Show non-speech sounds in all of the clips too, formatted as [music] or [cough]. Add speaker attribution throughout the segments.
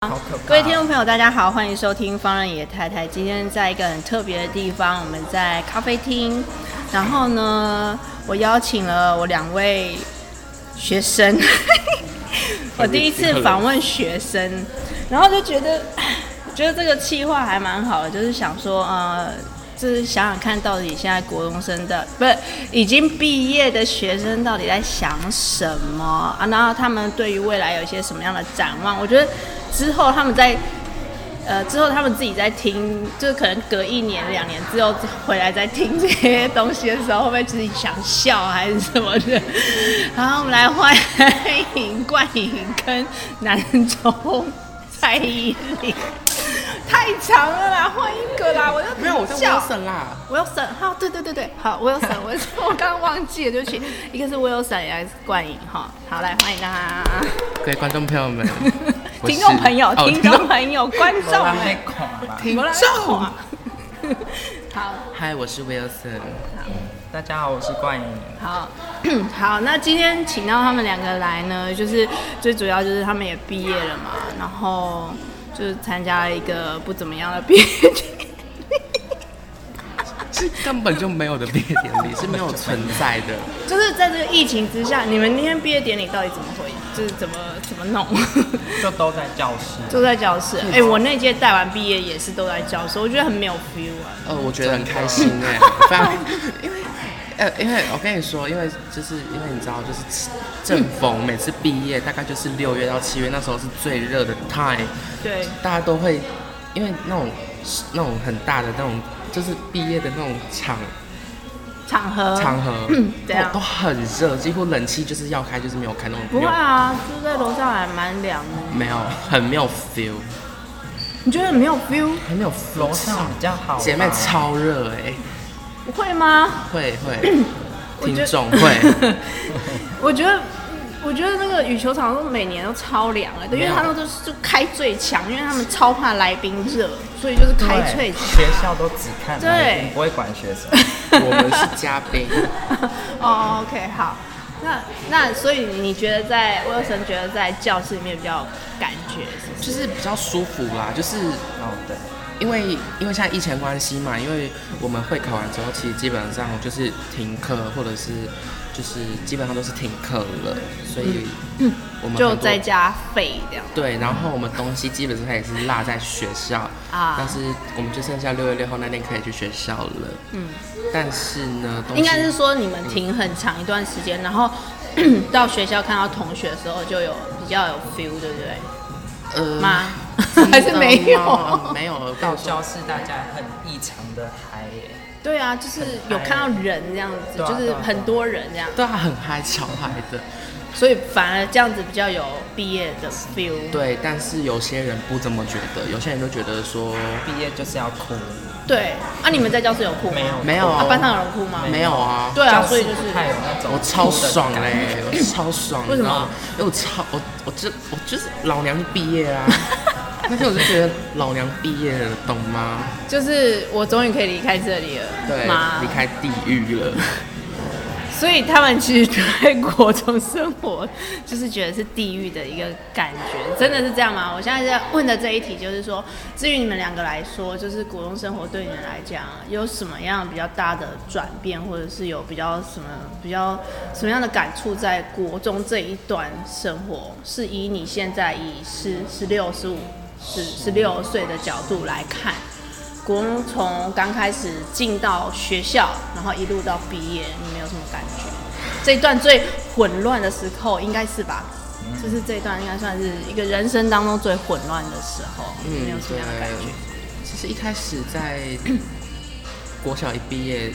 Speaker 1: 好可怕！
Speaker 2: 各位听众朋友，大家好，欢迎收听方仁野太太。今天在一个很特别的地方，我们在咖啡厅。然后呢，我邀请了我两位学生，我第一次访问学生，然后就觉得， [sighs] 觉得这个计划还蛮好的，就是想说，呃，就是想想看到底现在国中生的不是已经毕业的学生到底在想什么啊？然后他们对于未来有一些什么样的展望？我觉得之后他们在。呃，之后他们自己在听，就是可能隔一年、两年之后回来再听这些东西的时候，会不会自己想笑啊还是什么的？然后我们来欢迎冠莹跟南中蔡依林，太长了啦，换一个啦，我就
Speaker 1: 没有，我在
Speaker 2: 笑。
Speaker 1: Wilson 啦。
Speaker 2: Wilson，好，对对对对，好，Wilson，我我刚刚忘记了，对不起，一个是 Wilson，一个是冠莹，哈，好，来欢迎大家，，
Speaker 3: 各位观众朋友们
Speaker 2: [laughs]
Speaker 3: 哦
Speaker 2: 听众朋友，哦听众
Speaker 3: 友，
Speaker 2: 朋友，观众们，
Speaker 1: 恐吧
Speaker 3: 听众，
Speaker 2: 众啊， [laughs] 好
Speaker 3: 嗨，我是 Wilson，
Speaker 1: 大家好，我是冠莹。
Speaker 2: 好好，那今天请到他们两个来呢，就是最主要就是他们也毕业了嘛，然后就是参加了一个不怎么样的毕业典
Speaker 3: 是根本就没有的毕业典礼，是没有存在的。
Speaker 2: 礼， [laughs] 就是在这个疫情之下，你们那天毕业典礼到底怎么回，就是怎么怎么弄？ [laughs]
Speaker 1: 就都在教室。
Speaker 2: 都在教室。哎、我那届带完毕业也是都在教室，我觉得很没有 feel 啊。
Speaker 3: 呃，我觉得很开心哎、 [laughs] 非常，因为。呃，因为我跟你说，因为就是因为你知道，就是正逢每次毕业，大概就是六月到七月，那时候是最热的 time，
Speaker 2: 对，
Speaker 3: 大家都会，因为那种那种很大的那种，就是毕业的那种场
Speaker 2: 场合
Speaker 3: 场合，
Speaker 2: 怎样
Speaker 3: 都很热，几乎冷气就是要开，就是没有开那种。
Speaker 2: 啊不会啊，就是在楼上还蛮凉的。
Speaker 3: 没有，很没有 feel，
Speaker 2: 你觉得没有 feel？
Speaker 3: 很没有 feel。
Speaker 1: 楼上比较好吧。
Speaker 3: 姐妹超热哎、
Speaker 2: 不会吗？
Speaker 3: 会会， [coughs]
Speaker 2: 我觉
Speaker 3: 听
Speaker 2: 得
Speaker 3: 众会，
Speaker 2: [laughs] 我觉得。我觉得那个羽球场都每年都超凉欸了，因为
Speaker 3: 没有
Speaker 2: 他们都是就开最强，因为他们超怕来宾热，所以就是开最
Speaker 1: 对
Speaker 2: 强。
Speaker 1: 学校都只看
Speaker 2: 对
Speaker 1: 来宾不会管学
Speaker 3: [laughs]
Speaker 1: 生。
Speaker 3: 我们是嘉宾。
Speaker 2: [laughs] 哦、o k 好，那那所以你觉得在 Wilson 觉得在教室里面比较有感觉是不是？
Speaker 3: [laughs] 就是比较舒服啦，就是
Speaker 1: 哦，对，
Speaker 3: 因为因为现在疫情关系嘛，因为我们会考完之后，其实基本上就是停课，或者是就是基本上都是停课了，所以嗯我们
Speaker 2: 就
Speaker 3: 很多
Speaker 2: 在家废这样。
Speaker 3: 对，然后我们东西基本上也是落在学校
Speaker 2: 啊
Speaker 3: 但是我们就剩下六月六号那天可以去学校了。
Speaker 2: 嗯
Speaker 3: 嗯，但是呢，东西
Speaker 2: 应该是说你们停很长一段时间，然后 [clears throat] 到学校看到同学的时候就有比较有 feel，对不对？
Speaker 3: 呃
Speaker 2: 吗？
Speaker 3: 真的吗
Speaker 2: [laughs] 还是没有？
Speaker 3: [laughs] 没有
Speaker 1: 到
Speaker 3: 到
Speaker 1: 教室大家很异常的嗨耶。
Speaker 2: [laughs] 对啊，就是有看到人这样子，
Speaker 1: 对啊
Speaker 2: 就是很多人这样，
Speaker 3: 对啊，很嗨超嗨的。
Speaker 2: 所以反而这样子比较有毕业的 feel。
Speaker 3: 对，但是有些人不这么觉得，有些人就觉得说
Speaker 1: 毕业就是要哭，
Speaker 2: 对，啊，你们在教室有哭吗？
Speaker 1: 没有
Speaker 3: 没有
Speaker 2: 啊，班上有人哭吗？
Speaker 3: 没有啊，
Speaker 2: 对啊，
Speaker 1: 教
Speaker 2: 所以
Speaker 1: 室
Speaker 2: 就是
Speaker 1: 不太有那种
Speaker 3: 我超爽
Speaker 1: 哭的感
Speaker 3: 嘞
Speaker 1: 觉，
Speaker 3: 我超爽，
Speaker 2: 为什么
Speaker 3: 你知道吗？因为我超我我这我就是老娘毕
Speaker 2: [laughs]
Speaker 3: 业啊，那天我就觉得老娘毕业了，懂吗？
Speaker 2: [laughs] 就是我终于可以离开这里了，
Speaker 3: 对
Speaker 2: 吗，？
Speaker 3: 离开地狱了。
Speaker 2: 所以他们其实对国中生活就是觉得是地狱的一个感觉，真的是这样吗？我现在在问的这一题就是说，至于你们两个来说，就是国中生活对你们来讲有什么样比较大的转变，或者是有比较什么比较什么样的感触，在国中这一段生活，是以你现在以十十六十五十十六岁的角度来看，国中从刚开始进到学校，然后一路到毕业，你们有什么感觉？这一段最混乱的时候应该是吧？
Speaker 3: 嗯
Speaker 2: 就是这一段应该算是一个人生当中最混乱的时候，你们有什么样的感觉？
Speaker 3: 嗯其实一开始在国小一毕业，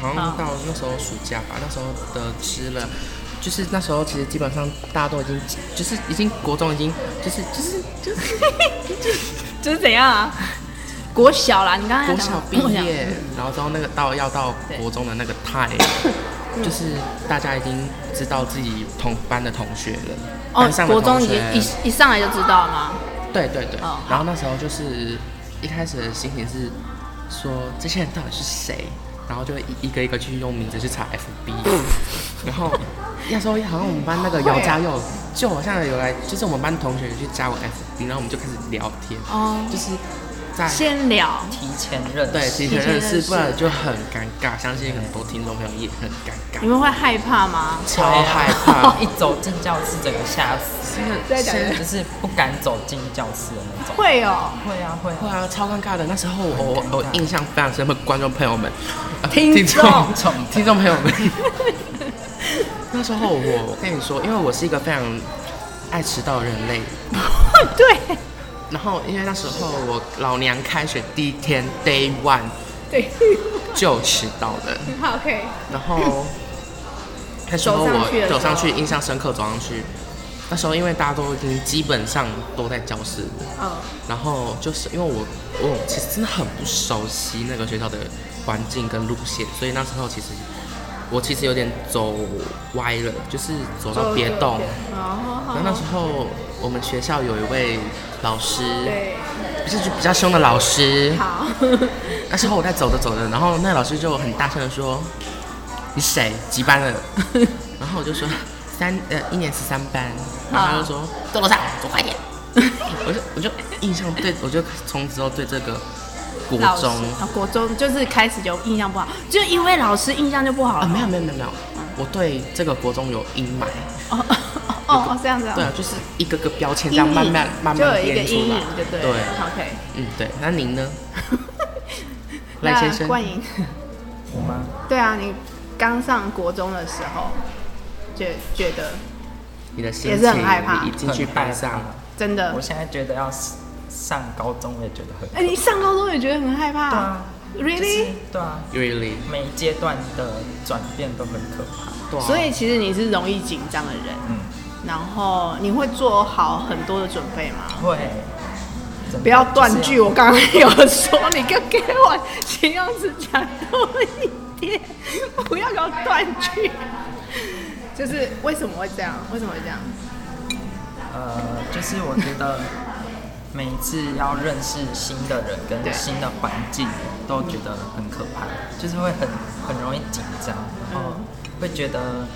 Speaker 3: 好像到那时候暑假吧，那时候得知了，就是那时候其实基本上大家都已经就是已经国中已经就是就是就是
Speaker 2: 就是怎样啊？国小啦，你刚刚
Speaker 3: 国
Speaker 2: 要讲
Speaker 3: 小
Speaker 2: 到
Speaker 3: 毕业，然后之后那个到要到国中的那个太，
Speaker 2: 嗯
Speaker 3: 就是大家已经知道自己同班的同学了，
Speaker 2: 哦
Speaker 3: 班上，的
Speaker 2: 国中
Speaker 3: 同
Speaker 2: 一
Speaker 3: 学，
Speaker 2: 一一上来就知道吗？
Speaker 3: 对对对
Speaker 2: 哦好。
Speaker 3: 然后那时候就是一开始的心情是说这些人到底是谁，然后就一一个一个去用名字去查
Speaker 2: [laughs]
Speaker 3: FB，然后那时候好像我们班那个姚家佑，就好像有来，就是我们班同学去加我 FB，然后我们就开始聊天，
Speaker 2: 哦，
Speaker 3: 就是在
Speaker 2: 先聊，
Speaker 1: 提前认识，
Speaker 3: 对，提前
Speaker 2: 前认
Speaker 3: 认识，
Speaker 2: 识
Speaker 3: 不然就很尴尬。相信很多听众朋友也很尴
Speaker 2: 你
Speaker 3: 尬，
Speaker 2: 们会害怕吗？
Speaker 3: 超害
Speaker 2: [laughs]
Speaker 3: 怕
Speaker 1: 啊一，走进教室整个吓
Speaker 3: [laughs]
Speaker 1: 死，
Speaker 3: 真的
Speaker 2: 再哦讲一
Speaker 3: 先
Speaker 2: 遍
Speaker 1: 就是不敢走进教室的那种。
Speaker 2: 会哦， [laughs]
Speaker 1: 会啊会
Speaker 3: 会
Speaker 1: 啊，
Speaker 3: 啊，超尴尬的。那时候我
Speaker 1: 很尴尬
Speaker 3: 我我印象非常深刻，观众朋友们，呃
Speaker 2: 听众
Speaker 1: 重
Speaker 3: 听众朋友们，那时候我我跟你说，因为我是一个非常爱迟到的人类，
Speaker 2: 对，
Speaker 3: 然后因为那时候我老娘开学第一天 day one
Speaker 2: 对，
Speaker 3: 就迟到了。
Speaker 2: 好，OK，
Speaker 3: 然
Speaker 2: [laughs]
Speaker 3: 后那时候
Speaker 2: 走上去的
Speaker 3: 我
Speaker 2: 时候
Speaker 3: 走上去，印象深刻走上去。那时候因为大家都已经基本上都在教室，
Speaker 2: 嗯，
Speaker 3: 然后就是因为我我其实真的很不熟悉那个学校的环境跟路线，所以那时候其实我其实有点走歪了，就是走到别动。
Speaker 2: 哦，好
Speaker 3: 然后那时候我们学校有一位老师，
Speaker 2: 对，
Speaker 3: 就是比较凶的老师，
Speaker 2: 好，
Speaker 3: 那时候我在走着走着，然后那个老师就很大声的说：“你谁几班了？” [laughs] 然后我就说：“三呃一年十三班。”然后他就说：“ [laughs]
Speaker 2: 啊
Speaker 3: 坐楼上，走
Speaker 2: [laughs]
Speaker 3: 快点。”我就我就印象对，我就从此后对这个国
Speaker 2: 老师
Speaker 3: 中
Speaker 2: 啊，国中就是开始就印象不好，就因为老师印象就不好
Speaker 3: 啊
Speaker 2: 了。
Speaker 3: 没有没有没有没有，我对这个国中有阴霾。
Speaker 2: 哦哦哦，这样子啊，
Speaker 3: 嗯对啊，就是一个个标签
Speaker 2: 阴
Speaker 3: 这
Speaker 2: 影，
Speaker 3: 样慢慢慢
Speaker 2: 就有
Speaker 3: 慢
Speaker 2: 一个
Speaker 3: 变
Speaker 2: 阴
Speaker 3: 出来
Speaker 2: 影，就对了。
Speaker 3: 对，
Speaker 2: ，OK。
Speaker 3: 嗯对。那
Speaker 2: [laughs]
Speaker 3: 您呢，赖
Speaker 2: 那
Speaker 3: 先生？
Speaker 2: 冠莹，
Speaker 1: 我吗？
Speaker 2: 对啊，你刚上国中的时候，觉觉得
Speaker 3: 你的心
Speaker 2: 也
Speaker 3: 情
Speaker 2: 是很害怕
Speaker 3: 你已经去班上
Speaker 1: 很害
Speaker 2: 真的
Speaker 1: 我，现在觉得要上高中，我也觉得很
Speaker 2: 哎，你上高中也觉得很害
Speaker 1: 对
Speaker 2: 怕
Speaker 1: 啊，就是
Speaker 2: ，really？
Speaker 1: 对啊，
Speaker 3: ，really，
Speaker 1: 每一阶段的转变都很可怕。
Speaker 3: 对啊
Speaker 2: [laughs] 所以其实你是容易紧张的人，
Speaker 1: 嗯，
Speaker 2: 然后你会做好很多的准备吗？
Speaker 1: 会。真的
Speaker 2: 不要断
Speaker 1: 就是
Speaker 2: 句，我刚刚有说，你给给我形容词讲多一点，不要给我断句。就是为什么会这样？为什么会这样？
Speaker 1: 呃，就是我觉得每一次要认识新的人
Speaker 2: 对
Speaker 1: 跟新的环境，都觉得很可怕，就是会很很容易紧张，然
Speaker 2: 嗯
Speaker 1: 后会觉得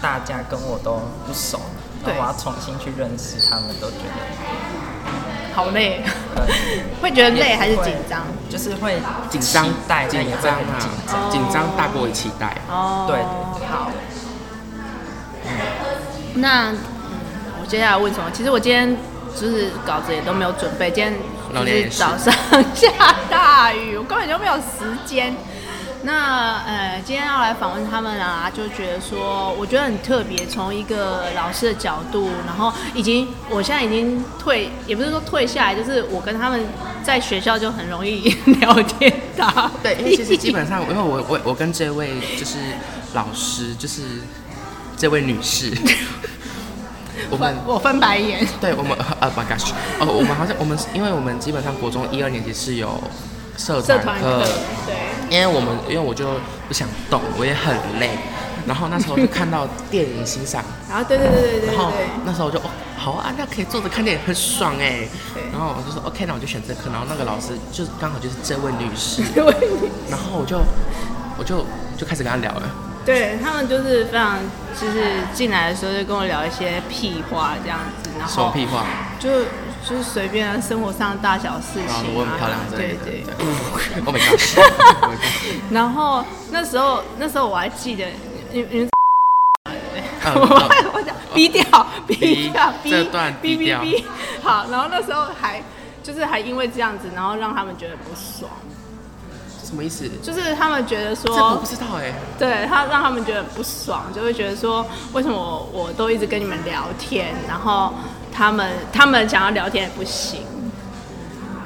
Speaker 1: 大家跟我都不熟，然
Speaker 2: 对
Speaker 1: 后我要重新去认识他们，都觉得
Speaker 2: 好累，啊
Speaker 1: 很
Speaker 2: 会觉得累还是紧张？
Speaker 1: 就是会
Speaker 3: 紧张
Speaker 1: 期待，但
Speaker 3: 紧
Speaker 1: 也会
Speaker 3: 张
Speaker 1: 很紧张。
Speaker 3: 啊，紧张大过于期待。
Speaker 2: 哦，
Speaker 1: 对对对
Speaker 2: 好。那嗯，我接下来问什么？其实我今天就是稿子也都没有准备，今天
Speaker 3: 老
Speaker 2: 就
Speaker 3: 娘也
Speaker 2: 是
Speaker 3: 是
Speaker 2: 早上下大雨，我根本就没有时间。那呃，今天要来访问他们啊，就觉得说，我觉得很特别，从一个老师的角度，然后已经，我现在已经退，也不是说退下来，就是我跟他们在学校就很容易聊天打屁。
Speaker 3: 对，因为其实基本上，因为我我我跟这位就是老师，就是这位
Speaker 2: [laughs]
Speaker 3: 女士，我们
Speaker 2: 我翻白眼。
Speaker 3: 对我们呃不 gosh 哦，我们好像我们因为我们基本上国中一二年级是有社
Speaker 2: 社团
Speaker 3: 团课
Speaker 2: 课，，对，
Speaker 3: 因为我们因为我就不想动，我也很累，然后那时候就看到电影欣赏
Speaker 2: 然后对对对对对对
Speaker 3: 然后
Speaker 2: 对，
Speaker 3: 那时候我就哦，好啊，那可以坐着看电影很爽哎
Speaker 2: 对。
Speaker 3: 然后我就说 OK，那我就选这科。然后那个老师就刚好就是这位女士，然后我就我就就开始跟她聊了。
Speaker 2: 对他们就是非常，就是进来的时候就跟我聊一些屁话这样子，然
Speaker 3: 什么
Speaker 2: 后 [laughs]
Speaker 3: 屁话？
Speaker 2: 就就是随便啊，生活上的大小事情
Speaker 3: 然
Speaker 2: 啊
Speaker 3: 后，我很漂亮之类
Speaker 2: 对
Speaker 3: 的。
Speaker 2: 对。
Speaker 3: 对 [laughs] Oh my god！
Speaker 2: [laughs] 然后那时候那时候我还记得，你你
Speaker 3: [laughs]
Speaker 2: 们
Speaker 3: 嗯
Speaker 2: 我
Speaker 3: 嗯
Speaker 2: 我讲 [laughs] 逼掉逼掉逼
Speaker 3: 这段
Speaker 2: 逼
Speaker 3: 逼
Speaker 2: 逼
Speaker 3: 掉
Speaker 2: 逼，好，然后那时候还就是还因为这样子，然后让他们觉得不爽，
Speaker 3: 什么意思？
Speaker 2: 就是他们觉得说
Speaker 3: 这个我不知道哎。
Speaker 2: 对他让他们觉得很不爽，就会觉得说为什么我我都一直跟你们聊天，然后他们他们想要聊天也不行，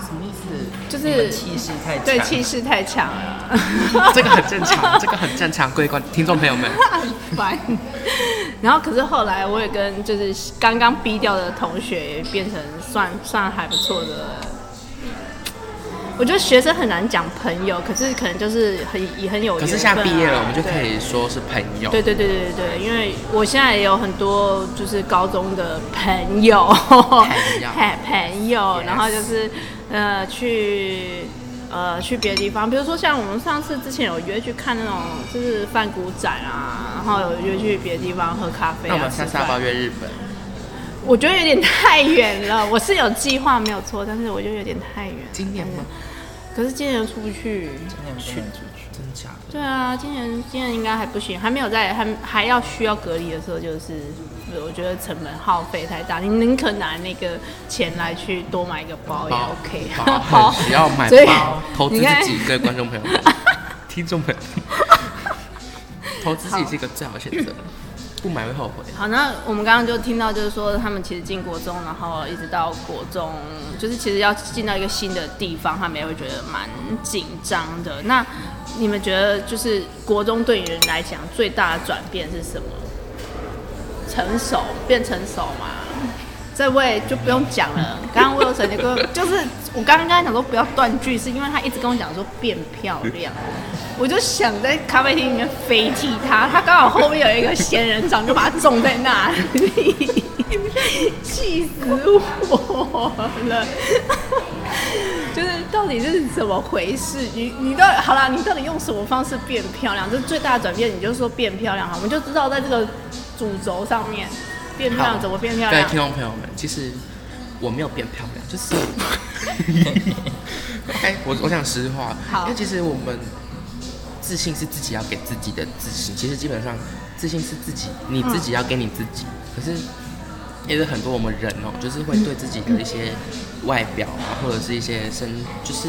Speaker 3: 什么意思？，
Speaker 2: 就
Speaker 1: 你们
Speaker 2: 是
Speaker 1: 气势太强，
Speaker 2: 对气势太强 [laughs] 了
Speaker 3: 这个很正
Speaker 2: [laughs]
Speaker 3: 常，这个很正常，各位观听众朋友们。
Speaker 2: 很烦。然后可是后来我也跟就是刚刚逼掉的同学也变成算算还不错的我觉得学生很难讲朋友，可是可能就是很也很有缘分啊、
Speaker 3: 可是现在毕业了，我们就可
Speaker 2: 对啊
Speaker 3: 以说是朋友。
Speaker 2: 对对对对对，因为我现在也有很多就是高中的朋友，
Speaker 3: 友
Speaker 2: 嘿 [laughs] 朋友
Speaker 3: Yes
Speaker 2: 然后就是呃去呃去别的地方，比如说像我们上次之前有约去看那种就是饭谷展啊，然后有约去别的地方喝咖啡
Speaker 3: 那我
Speaker 2: 啊
Speaker 3: 们
Speaker 2: 吃
Speaker 3: 下次要不要
Speaker 2: 饭。
Speaker 3: 约日本？
Speaker 2: 我觉得有点太远了，我是有计划没有错，但是我觉得有点太远。
Speaker 3: 今年吗？
Speaker 2: 可是今年出不去，
Speaker 1: 今天去出去，
Speaker 3: 真假的？
Speaker 2: 对啊，今年今年应该还不行，还没有在还还要需要隔离的时候，就是我觉得成本耗费太大，你宁可拿那个钱来去多买一个包也 OK， [laughs]
Speaker 3: 包
Speaker 2: 包
Speaker 3: 很需要买
Speaker 2: 所以
Speaker 3: 包，投资
Speaker 2: 你看
Speaker 3: 自己，
Speaker 2: [laughs]
Speaker 3: 各位观众朋友们、听众朋友们，投资自己是一个最好的选择，不买会后悔。
Speaker 2: 好，那我们刚刚就听到，就是说他们其实进国中，然后一直到国中，就是其实要进到一个新的地方，他们也会觉得蛮紧张的。那你们觉得，就是国中对于人来讲最大的转变是什么？成熟，变成熟嘛？这位就不用讲了。刚刚魏有神就跟我就是我刚刚跟他讲说不要断句，是因为他一直跟我讲说变漂亮，我就想在咖啡厅里面飞踢他。他刚好后面有一个仙人掌，就把他种在那里，气死我了。就是到底是怎么回事？你你到底好啦，你到底用什么方式变漂亮？这最大的转变，你就说变漂亮好，我们就知道在这个主轴上面变漂
Speaker 3: 好，
Speaker 2: 亮怎么变漂
Speaker 3: 各位
Speaker 2: 亮
Speaker 3: 听。众朋友们，其实我没有变漂亮，就是
Speaker 2: [laughs]
Speaker 3: 哎、我我想实话，
Speaker 2: 好
Speaker 3: 因为其实我们自信是自己要给自己的自信，其实基本上自信是自己，你自己要给你自己。
Speaker 2: 嗯
Speaker 3: 可是因为很多我们人哦、就是会对自己的一些外表啊，或者是一些身，就是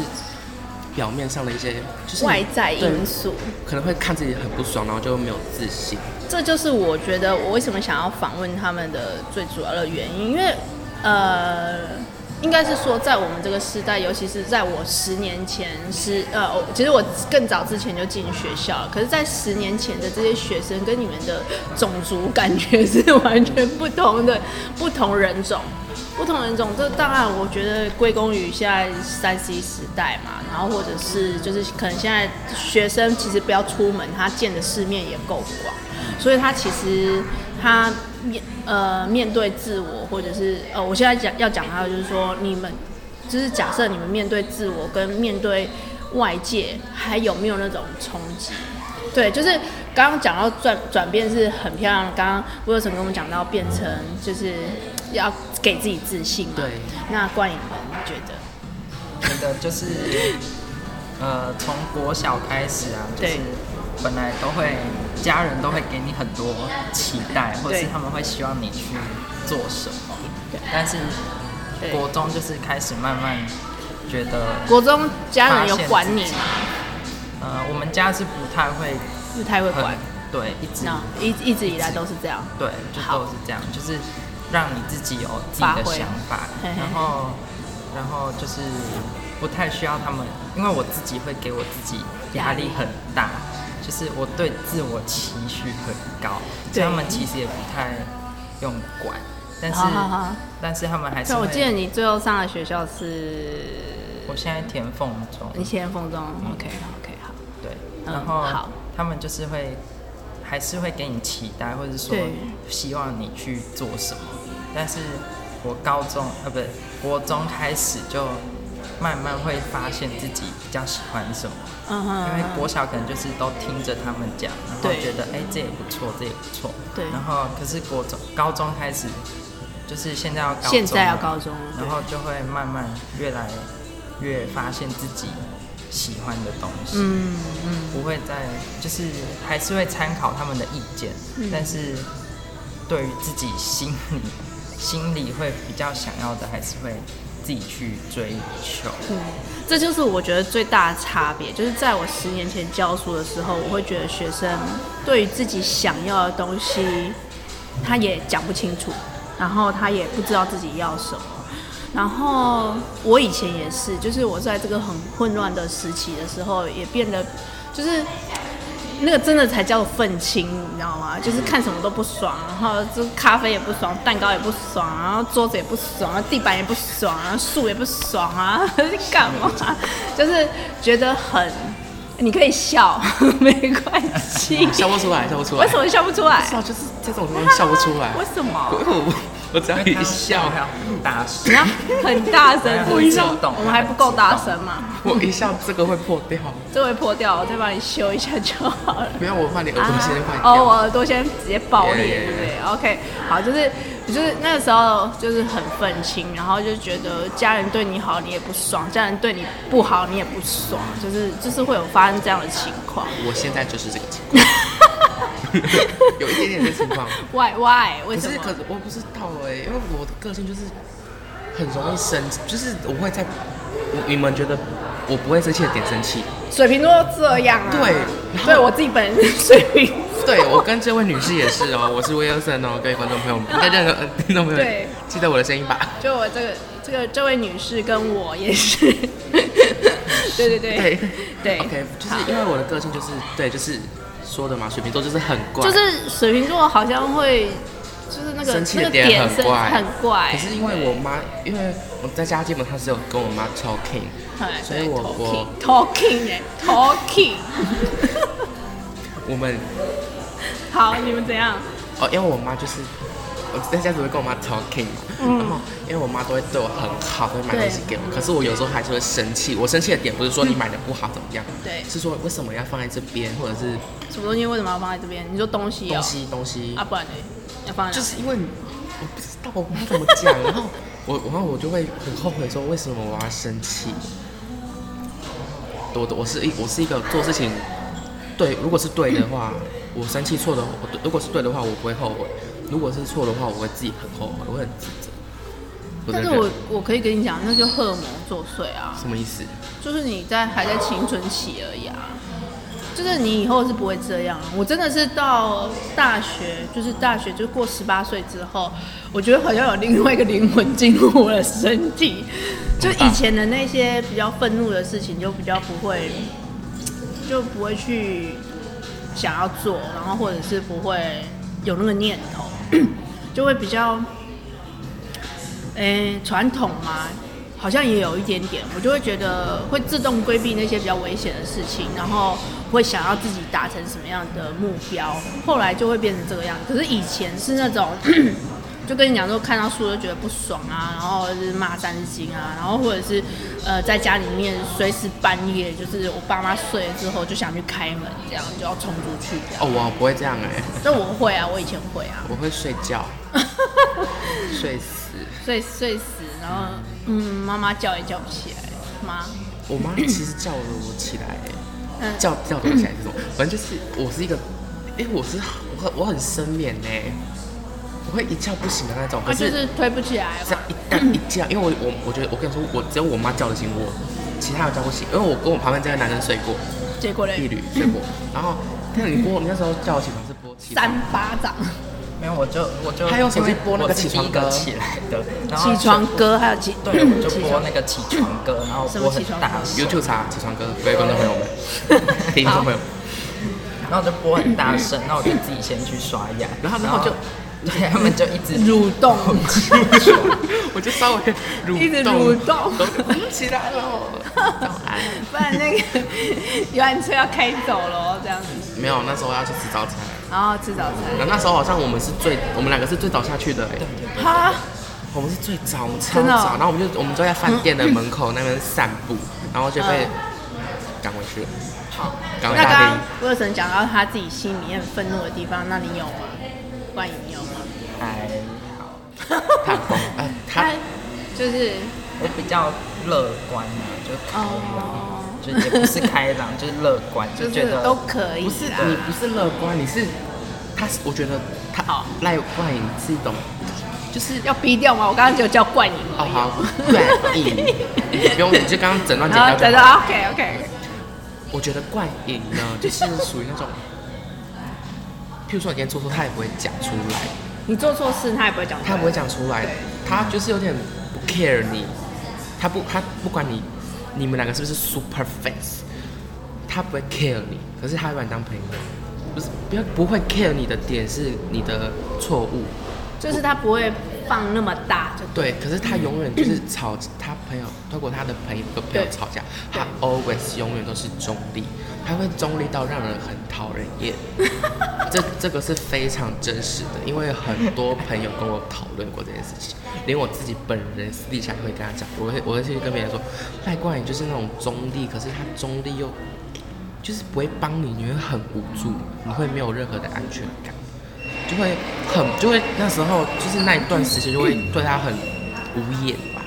Speaker 3: 表面上的一些，就是你
Speaker 2: 外在
Speaker 3: 对
Speaker 2: 因素，
Speaker 3: 可能会看自己很不爽，然后就没有自信。
Speaker 2: 这就是我觉得我为什么想要访问他们的最主要的原因，因为呃，应该是说在我们这个时代，尤其是在我十年前是呃，我其实我更早之前就进学校了，可是，在十年前的这些学生跟你们的种族感觉是完全不同的，不同人种。不同人种，这当然我觉得归功于现在三 C 时代嘛，然后或者是就是可能现在学生其实不要出门，他见的世面也够广，所以他其实他面呃面对自我，或者是呃我现在讲要讲他的就是说你们就是假设你们面对自我跟面对外界还有没有那种冲击？对，就是刚刚讲到转转变是很漂亮的。刚刚我有什么跟我们讲到变成就是要给自己自信嘛？
Speaker 3: 对。
Speaker 2: 那关于你们觉得，
Speaker 1: 觉得就是呃，从国小开始啊，就是
Speaker 2: 对
Speaker 1: 本来都会家人都会给你很多期待，或者是
Speaker 2: 对
Speaker 1: 他们会希望你去做什么，但是
Speaker 2: 对，
Speaker 1: 国中就是开始慢慢觉得，
Speaker 2: 国中家人有管你吗？
Speaker 1: 呃，我们家是不太会
Speaker 2: 不太会
Speaker 1: 很
Speaker 2: 管，
Speaker 1: 对，一直
Speaker 2: 那一一直以来都是这样。
Speaker 1: 对，就
Speaker 2: 好
Speaker 1: 都是这样，就是让你自己有自己
Speaker 2: 发
Speaker 1: 的
Speaker 2: 挥
Speaker 1: 想法，
Speaker 2: 嘿嘿
Speaker 1: 然后然后就是不太需要他们，因为我自己会给我自己压力很大，就是我对自我期许很高，所以
Speaker 2: 对
Speaker 1: 他们其实也不太用管，但是
Speaker 2: 好好好，
Speaker 1: 但是他们还是
Speaker 2: 对，
Speaker 1: 会。
Speaker 2: 我记得你最后上的学校是
Speaker 1: 我现在填缝中，
Speaker 2: 你先风中，OK OK 好，
Speaker 1: 对，
Speaker 2: 嗯
Speaker 1: 然后
Speaker 2: 好
Speaker 1: 他们就是会还是会给你期待，或者说
Speaker 2: 对
Speaker 1: 希望你去做什么。但是我高中呃，不是国中开始就慢慢会发现自己比较喜欢什么，
Speaker 2: 嗯哼，
Speaker 1: 因为国小可能就是都听着他们讲，然后
Speaker 2: 对
Speaker 1: 觉得哎、这也不错，这也不错。
Speaker 2: 对
Speaker 1: 然后可是国中高中开始，就是现在要高中了，
Speaker 2: 现在要高中了，对
Speaker 1: 然后就会慢慢越来越发现自己喜欢的东西，
Speaker 2: 嗯嗯，
Speaker 1: 不会再就是还是会参考他们的意见，
Speaker 2: 嗯
Speaker 1: 但是对于自己心里心里会比较想要的，还是会自己去追求。
Speaker 2: 这就是我觉得最大的差别，就是在我十年前教书的时候，我会觉得学生对于自己想要的东西，他也讲不清楚，然后他也不知道自己要什么。然后我以前也是，就是我在这个很混乱的时期的时候，也变得就是那个真的才叫愤青，你知道吗？就是看什么都不爽，然后就咖啡也不爽，蛋糕也不爽，然后桌子也不爽，然后地板也不爽，然后树也不爽啊， [laughs] 干嘛？就是觉得很，你可以笑， [laughs] 没关
Speaker 3: [laughs]
Speaker 2: 系。
Speaker 3: 笑不出来，笑不出来。
Speaker 2: 为什么笑不出来？
Speaker 3: 笑就是这种东西笑不出来。
Speaker 2: 为什么？
Speaker 3: 我我只要一笑，
Speaker 1: 还要很大
Speaker 2: 你，
Speaker 1: 声
Speaker 2: 要 [laughs] 很大声，是不
Speaker 1: 我
Speaker 2: 是
Speaker 1: 一笑
Speaker 2: 我们还不够大声吗？
Speaker 3: 我一笑这个会破掉。
Speaker 2: 这会破掉，我再帮你修一下就好了。
Speaker 3: 不要我怕你耳朵先坏掉。
Speaker 2: 哦，我耳朵先直接爆裂
Speaker 3: Yeah, yeah, yeah.
Speaker 2: 对不对？OK，好，就是就是那个时候就是很愤青，然后就觉得家人对你好你也不爽，家人对你不好你也不爽，就是就是会有发生这样的情况。
Speaker 3: 我现在就是这个情况， [laughs] 有一点点这情
Speaker 2: [laughs]
Speaker 3: 况。
Speaker 2: Why why？为
Speaker 3: 可
Speaker 2: 什
Speaker 3: 是
Speaker 2: 么？
Speaker 3: 可是我不知道哎、因为我的个性就是很容易生气，就是我会在我你们觉得我不会生气的点生气。
Speaker 2: 水瓶座这样啊？
Speaker 3: 对然后
Speaker 2: 对我自己本人是水瓶座。
Speaker 3: 对我跟这位女士也是
Speaker 2: [laughs]
Speaker 3: 哦，我是 Wilson 哦，各位观众朋友们，大家有听众朋友
Speaker 2: 对
Speaker 3: 记得我的声音吧。
Speaker 2: 就我这个这个这位女士跟我也是，
Speaker 3: [laughs]
Speaker 2: 对对对
Speaker 3: 对
Speaker 2: 对
Speaker 3: [laughs] OK，就是
Speaker 2: 好
Speaker 3: 因为我的个性就是对，就是说的嘛，水瓶座就是很怪，
Speaker 2: 就是水瓶座好像会，就是那个
Speaker 3: 生气
Speaker 2: 那
Speaker 3: 的
Speaker 2: 个点
Speaker 3: 很
Speaker 2: 生
Speaker 3: 怪，
Speaker 2: 很怪。
Speaker 3: 可是因为我妈，因为我在家基本上是有跟我妈 talking，
Speaker 2: 哎对
Speaker 3: 所以我我
Speaker 2: talking 哎 talking，哎
Speaker 3: 我们
Speaker 2: 好，你们怎样？
Speaker 3: 哦，因为我妈就是我在家只会跟我妈 talking，、然后因为我妈都会对我很好，会买东西给我。可是我有时候还是会生气，我生气的点不是说你买的不好怎么样，
Speaker 2: 对
Speaker 3: 是说为什么要放在这边，或者是
Speaker 2: 什么东西为什么要放在这边？你说东西哦、
Speaker 3: 东西东西，
Speaker 2: 啊，不然呢？要放在哪
Speaker 3: 就是因为你我不知道我妈怎么讲，然后我 [laughs] 然后我就会很后悔说为什么我要生气。我我是一我是一个做事情对，如果是对的话，我生气错的，我对如果是对的话，我不会后悔；如果是错的话，我会自己很后悔，我会很自责。我
Speaker 2: 但
Speaker 3: 真
Speaker 2: 是
Speaker 3: 的
Speaker 2: 我
Speaker 3: 觉
Speaker 2: 我可以跟你讲，那就荷尔蒙作祟啊
Speaker 3: 得，什么意思？
Speaker 2: 就是你在还在青春期而已啊，就是你以后是不会这样。我真的是到大学，就是大学就过十八岁之后，我觉得好像有另外一个灵魂进入我的身体，就以前的那些比较愤怒的事情，就比较不会，就不会去想要做，然后或者是不会有那个念头， [coughs] 就会比较，诶、传统嘛，好像也有一点点，我就会觉得会自动规避那些比较危险的事情，然后会想要自己达成什么样的目标，后来就会变成这个样子。可是以前是那种。就跟你讲说，看到树就觉得不爽啊，然后就是骂三字经啊，然后或者是呃，在家里面随时半夜，就是我爸妈睡了之后就想去开门，这样就要冲出去这样。
Speaker 3: 哦，我不会这样哎、
Speaker 2: 那我会啊，我以前会啊， [laughs]
Speaker 3: 我会睡觉，睡死。
Speaker 2: 睡睡死，然后嗯，妈妈叫也叫不起来，妈，
Speaker 3: 我妈其实叫了我起来、欸。
Speaker 2: 嗯，
Speaker 3: 叫叫躲起来这种，反正就是我是一个，因为我是我很我很深眠呢、我会一觉不醒的那种。
Speaker 2: 啊
Speaker 3: 可
Speaker 2: 就是是推不起来
Speaker 3: 这
Speaker 2: 嘛
Speaker 3: 样，一旦一叫，因为我我我觉得我跟你说，我只有我妈叫得醒我，其他人叫不醒。因为我跟我旁边这个男生睡过，
Speaker 2: 结果
Speaker 3: 一
Speaker 2: 嘞，
Speaker 3: 缕睡过，然后但你拨你那时候叫我起床是拨起床
Speaker 2: 三，巴掌，
Speaker 1: 没有我就我就
Speaker 3: 他用手机
Speaker 1: 因为
Speaker 3: 播那个
Speaker 1: 我是
Speaker 3: 起床
Speaker 1: 第一个
Speaker 3: 歌
Speaker 1: 起来的，然后
Speaker 2: 起床歌还有起，
Speaker 1: 对，我就播那个起床歌，然后
Speaker 2: 什么
Speaker 1: 播
Speaker 2: 起
Speaker 1: 很
Speaker 2: 床
Speaker 1: 大
Speaker 2: 歌
Speaker 1: 声，
Speaker 3: YouTube 查起床歌，各位观众朋友们，
Speaker 2: [laughs]
Speaker 3: 听众朋友，
Speaker 1: 然后我就播很大声，然后我就自己先去刷牙，
Speaker 3: 然后然后就
Speaker 1: [laughs] 对他们就一直
Speaker 2: 蠕动，
Speaker 3: 我就稍微
Speaker 2: 一
Speaker 3: [laughs] 蠕
Speaker 2: 直
Speaker 3: 动，
Speaker 2: 蠕动
Speaker 3: 都起来了，早安。
Speaker 2: 不然那个游览车要开走了这样子，
Speaker 3: 没有，那时候我要去吃早餐。
Speaker 2: 然后吃早餐，
Speaker 3: 那那时候好像我们是最，我们两个是最早下去的、欸，
Speaker 2: 哦哈，
Speaker 3: 我们是最早，我们超
Speaker 2: 真的哦
Speaker 3: 早，然后我们就我们就在饭店的门口那边散步，然后就被赶回去了，
Speaker 2: 嗯好。
Speaker 3: 赶回
Speaker 2: 那啊刚
Speaker 3: 大
Speaker 2: 刚
Speaker 3: 厅。
Speaker 2: 威神讲到他自己心里面愤怒的地方，那你有吗？关于你有吗？
Speaker 1: 还好，
Speaker 3: 他很疯，呃，他
Speaker 2: 他哎就是
Speaker 1: 我比较乐观啊，就开朗，
Speaker 2: 哦，
Speaker 1: 就也不是开朗，就是乐观，
Speaker 2: 就
Speaker 1: 觉
Speaker 2: 是
Speaker 1: 得
Speaker 2: 都可以
Speaker 3: 不是
Speaker 2: 啦。
Speaker 3: 你不是乐观，你是他是，我觉得他
Speaker 2: 好
Speaker 3: 赖冠颖是一种，就是
Speaker 2: 要逼掉吗？我刚刚就叫冠颖
Speaker 3: 哦
Speaker 2: 而已。
Speaker 3: 好冠颖，你
Speaker 2: [laughs]
Speaker 3: 不用，你就刚刚诊断
Speaker 2: 然后
Speaker 3: 剪
Speaker 2: 觉
Speaker 3: 掉
Speaker 2: 得啊
Speaker 3: 就好。
Speaker 2: OK OK，
Speaker 3: 我觉得冠颖呢，就是属于那种，譬如说你今天做错，他也不会讲出来。
Speaker 2: 你做错事他也不会讲出来，
Speaker 3: 他不会讲出来
Speaker 2: 对，
Speaker 3: 他就是有点不 care 你，他不他不管你，你们两个是不是 super f a c e 他不会 care 你，可是他会把你当朋友。不是，不要不会 care 你的点是你的错误，
Speaker 2: 就是他不会放那么大，就
Speaker 3: 对。可是他永远就是吵，他朋友透过他的朋友跟朋友
Speaker 2: 对
Speaker 3: 吵架，
Speaker 2: 对
Speaker 3: 他 always 永远都是中立，他会中立到让人很讨人
Speaker 2: [laughs]
Speaker 3: 厌。这这个是非常真实的，因为很多朋友跟我讨论过这件事情，连我自己本人私底下会跟他讲，我会我会去跟别人说，赖冠宇就是那种中立，可是他中立又就是不会帮你，你会很无助，你会没有任何的安全感，就会很就会那时候就是那一段时间就会对他很无言吧，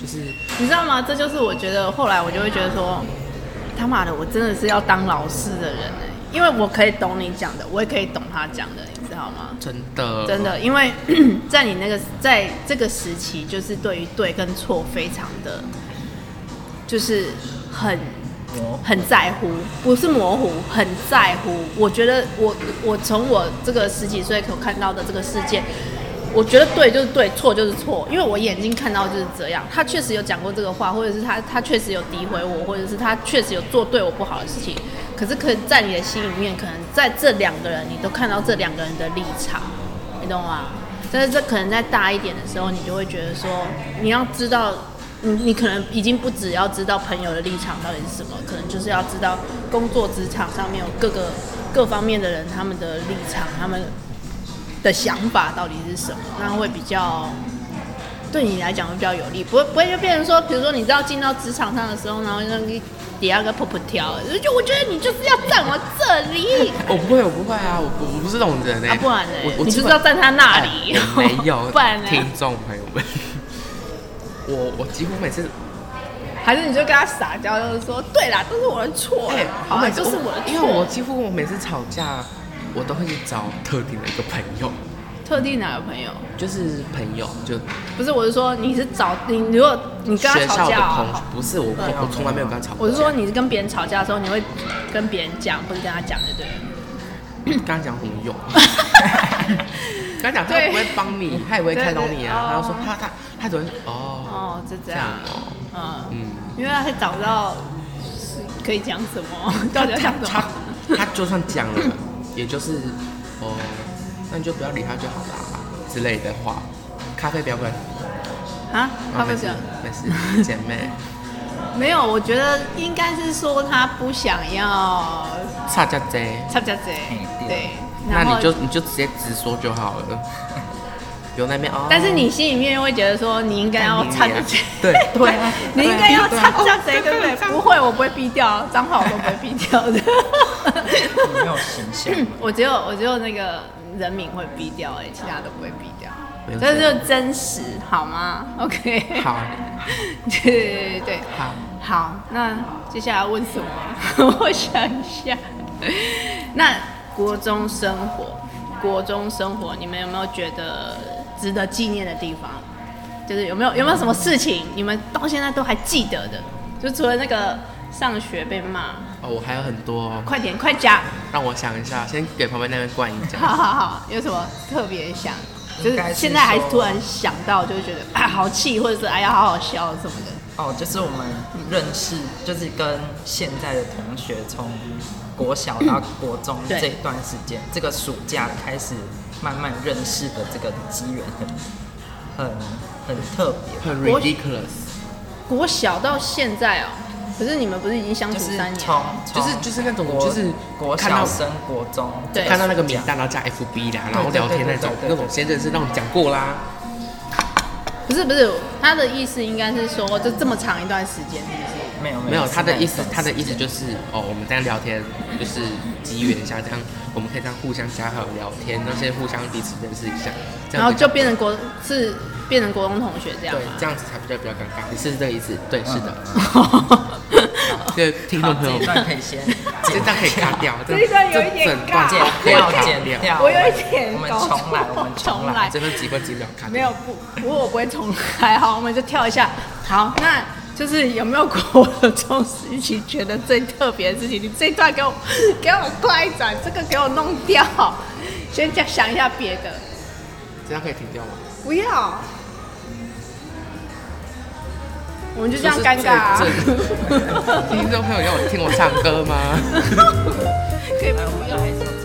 Speaker 3: 就是
Speaker 2: 你知道吗？这就是我觉得后来我就会觉得说，他妈的，我真的是要当老师的人哎、因为我可以懂你讲的，我也可以懂他讲的，你知道吗？
Speaker 3: 真的
Speaker 2: 真的，因为 [coughs] 在你那个在这个时期，就是对于对跟错非常的，就是很
Speaker 1: 我
Speaker 2: 很在乎，不是模糊，很在乎。我觉得我我从我这个十几岁可看到的这个世界，我觉得对就是对，错就是错，因为我眼睛看到就是这样。他确实有讲过这个话，或者是他他确实有诋毁我，或者是他确实有做对我不好的事情。可是可在你的心里面，可能在这两个人，你都看到这两个人的立场，你懂吗？但是这可能在大一点的时候，你就会觉得说，你要知道，你你可能已经不只要知道朋友的立场到底是什么，可能就是要知道工作职场上面有各个各方面的人他们的立场，他们的想法到底是什么，那会比较对你来讲会比较有利，不会不会就变成说，比如说你知道进到职场上的时候，然后让你底下个噗噗跳，就我觉得你就是要站我这
Speaker 3: [laughs]
Speaker 2: 里，
Speaker 3: 我不会，我不会啊，我我我不是这种人哎、
Speaker 2: 啊不然呢
Speaker 3: 我我
Speaker 2: 你
Speaker 3: 基
Speaker 2: 就是
Speaker 3: 本
Speaker 2: 要站他那里
Speaker 3: 哎我没有，
Speaker 2: 不然呢
Speaker 3: 听众朋友们， [laughs] 我我几乎每次，
Speaker 2: 还是你就跟他撒娇，就是说，对啦，都是我的错，
Speaker 3: 哎、
Speaker 2: 好
Speaker 3: 我
Speaker 2: 啊，
Speaker 3: 每次
Speaker 2: 就是我的错，
Speaker 3: 因为我几乎我每次吵架，我都会去找特定的一个朋友，
Speaker 2: 特地哪个朋友。
Speaker 3: 就是朋友就
Speaker 2: 不是，我是说你是找你，如果你跟他
Speaker 3: 学
Speaker 2: 吵
Speaker 3: 校的
Speaker 2: 架
Speaker 3: 同学
Speaker 2: 哦，，
Speaker 3: 不是我我我从来没有跟他吵过架，
Speaker 2: 我是说你是跟别人吵架的时候，你会跟别人讲，或者跟他讲，对不对？
Speaker 3: 跟他
Speaker 2: [laughs]
Speaker 3: 讲很有。 [laughs] 跟他讲，他
Speaker 2: 对
Speaker 3: 又不会帮你，他也不会看懂你
Speaker 2: 对对对
Speaker 3: 啊。他就说他他他只会哦
Speaker 2: 哦，就这
Speaker 3: 这
Speaker 2: 样
Speaker 3: 样，哦，
Speaker 2: 嗯，
Speaker 3: 嗯。
Speaker 2: 因为他还找不到是可以讲什
Speaker 3: [laughs]
Speaker 2: 么，到底要讲什
Speaker 3: 他
Speaker 2: 么？
Speaker 3: 他就算讲
Speaker 2: [laughs]
Speaker 3: 了，也就是哦，那你就不要理他就好啦之类的话。咖啡不要灌，
Speaker 2: 啊，他
Speaker 3: 啊
Speaker 2: 不
Speaker 3: 没事
Speaker 2: 讲，
Speaker 3: 没事，姐
Speaker 2: [laughs]
Speaker 3: 妹，
Speaker 2: 没有，我觉得应该是说他不想要
Speaker 3: 差价贼，
Speaker 2: 吵架贼
Speaker 1: 嗯，
Speaker 2: 对
Speaker 1: 对，
Speaker 2: 然
Speaker 3: 哎那
Speaker 2: 后
Speaker 3: 你就你就直接直说就好了。 [laughs] 有那边哦，
Speaker 2: 但是你心里面会觉得说，你应该
Speaker 3: 哦
Speaker 2: 要插着嘴， [laughs]
Speaker 3: 对对啊
Speaker 2: 你应该要插着嘴，对
Speaker 3: 对
Speaker 2: 不
Speaker 3: 啊
Speaker 2: 对
Speaker 3: 对啊？
Speaker 2: 不会，我不会逼掉，脏话我都不会逼掉的。
Speaker 1: 你没有形象，
Speaker 2: [laughs] 我只有我只有那个人名会逼掉，哎，其他都不会逼掉
Speaker 3: 没。有
Speaker 2: 这就是真实，好吗？OK，
Speaker 3: 好，
Speaker 2: 对 [laughs] 对对对，
Speaker 3: 好，
Speaker 2: 好，那接下来问什么？我想一下。那国中生活，国中生活，你们有没有觉得值得纪念的地方？就是有没有有没有什么事情你们到现在都还记得的？就除了那个上学被骂，
Speaker 3: 哦，我还有很多哦，
Speaker 2: 快点快讲，
Speaker 3: 让我想一下，先给旁边那边灌一讲。
Speaker 2: 好好好，有什么特别想？就
Speaker 1: 应
Speaker 2: 是
Speaker 1: 该是
Speaker 2: 现在还
Speaker 1: 说
Speaker 2: 突然想到，就会觉得啊 [laughs] 好气，或者是哎呀好好笑什么的。
Speaker 1: 哦，就是我们认识，就是跟现在的同学从国小到国中
Speaker 2: 对
Speaker 1: 这一段时间，这个暑假开始慢慢认识的这个机缘很很很特别，
Speaker 3: 很
Speaker 2: 我
Speaker 3: ridiculous，
Speaker 2: 国小到现在哦、可是你们不是已经相处
Speaker 1: 就是
Speaker 2: 三年？
Speaker 1: 从
Speaker 3: 就是
Speaker 1: 从
Speaker 3: 就是那种
Speaker 1: 国
Speaker 3: 就是
Speaker 1: 国
Speaker 3: 看到
Speaker 1: 小升国中，
Speaker 2: 对
Speaker 3: 看到那个名单，然后加 FB 啦，然后聊天那
Speaker 1: 对对对对
Speaker 3: 种
Speaker 1: 对对
Speaker 3: 那种先认识，那种讲过啦。
Speaker 2: 不是不是，他的意思应该是说，就这么长一段时间，是不是？
Speaker 1: 没有
Speaker 3: 没有，他的意思，他的意思
Speaker 1: 是
Speaker 3: 就是哦，我们这样聊天，就是机缘一下，这样我们可以这样互相加好聊天，那些互相彼此认识一下，这
Speaker 2: 然
Speaker 3: 样
Speaker 2: 后
Speaker 3: 比
Speaker 2: 就
Speaker 3: 较
Speaker 2: 变成国是变成国中同学这样
Speaker 3: 对，
Speaker 2: 吗？
Speaker 3: 这样子才比较比较尴尬。你是这个意思？对，是的。对，听
Speaker 1: 那种
Speaker 3: 众朋友
Speaker 1: 这一
Speaker 3: 们，
Speaker 1: 段可以先
Speaker 3: 这
Speaker 1: 剪
Speaker 3: 段可以卡掉，
Speaker 2: 这一段有一
Speaker 3: 这
Speaker 2: 点
Speaker 3: 整段 [laughs]
Speaker 2: 尬
Speaker 3: 可以
Speaker 1: 掉
Speaker 3: 卡
Speaker 1: 剪
Speaker 3: 掉，
Speaker 1: 掉，
Speaker 2: 我
Speaker 1: [laughs]
Speaker 2: 有一点
Speaker 1: 我们
Speaker 2: 搞
Speaker 1: 重来，
Speaker 2: 错
Speaker 1: 我们重
Speaker 2: 重
Speaker 1: 来
Speaker 2: 来。
Speaker 3: 真的几分几秒卡掉。
Speaker 2: 没有不，不过我不会重来。好，我们就跳一下。好，那就是有没有国中时期觉得最特别的事情？你这一段给我给我快转，这个给我弄掉。先讲想一下别的，
Speaker 3: 这样可以停掉吗？
Speaker 2: 不要。我们就这样尴尬、啊
Speaker 3: 这，是最正听众朋友要我听我唱歌吗？
Speaker 2: 可以吗？我们要还是。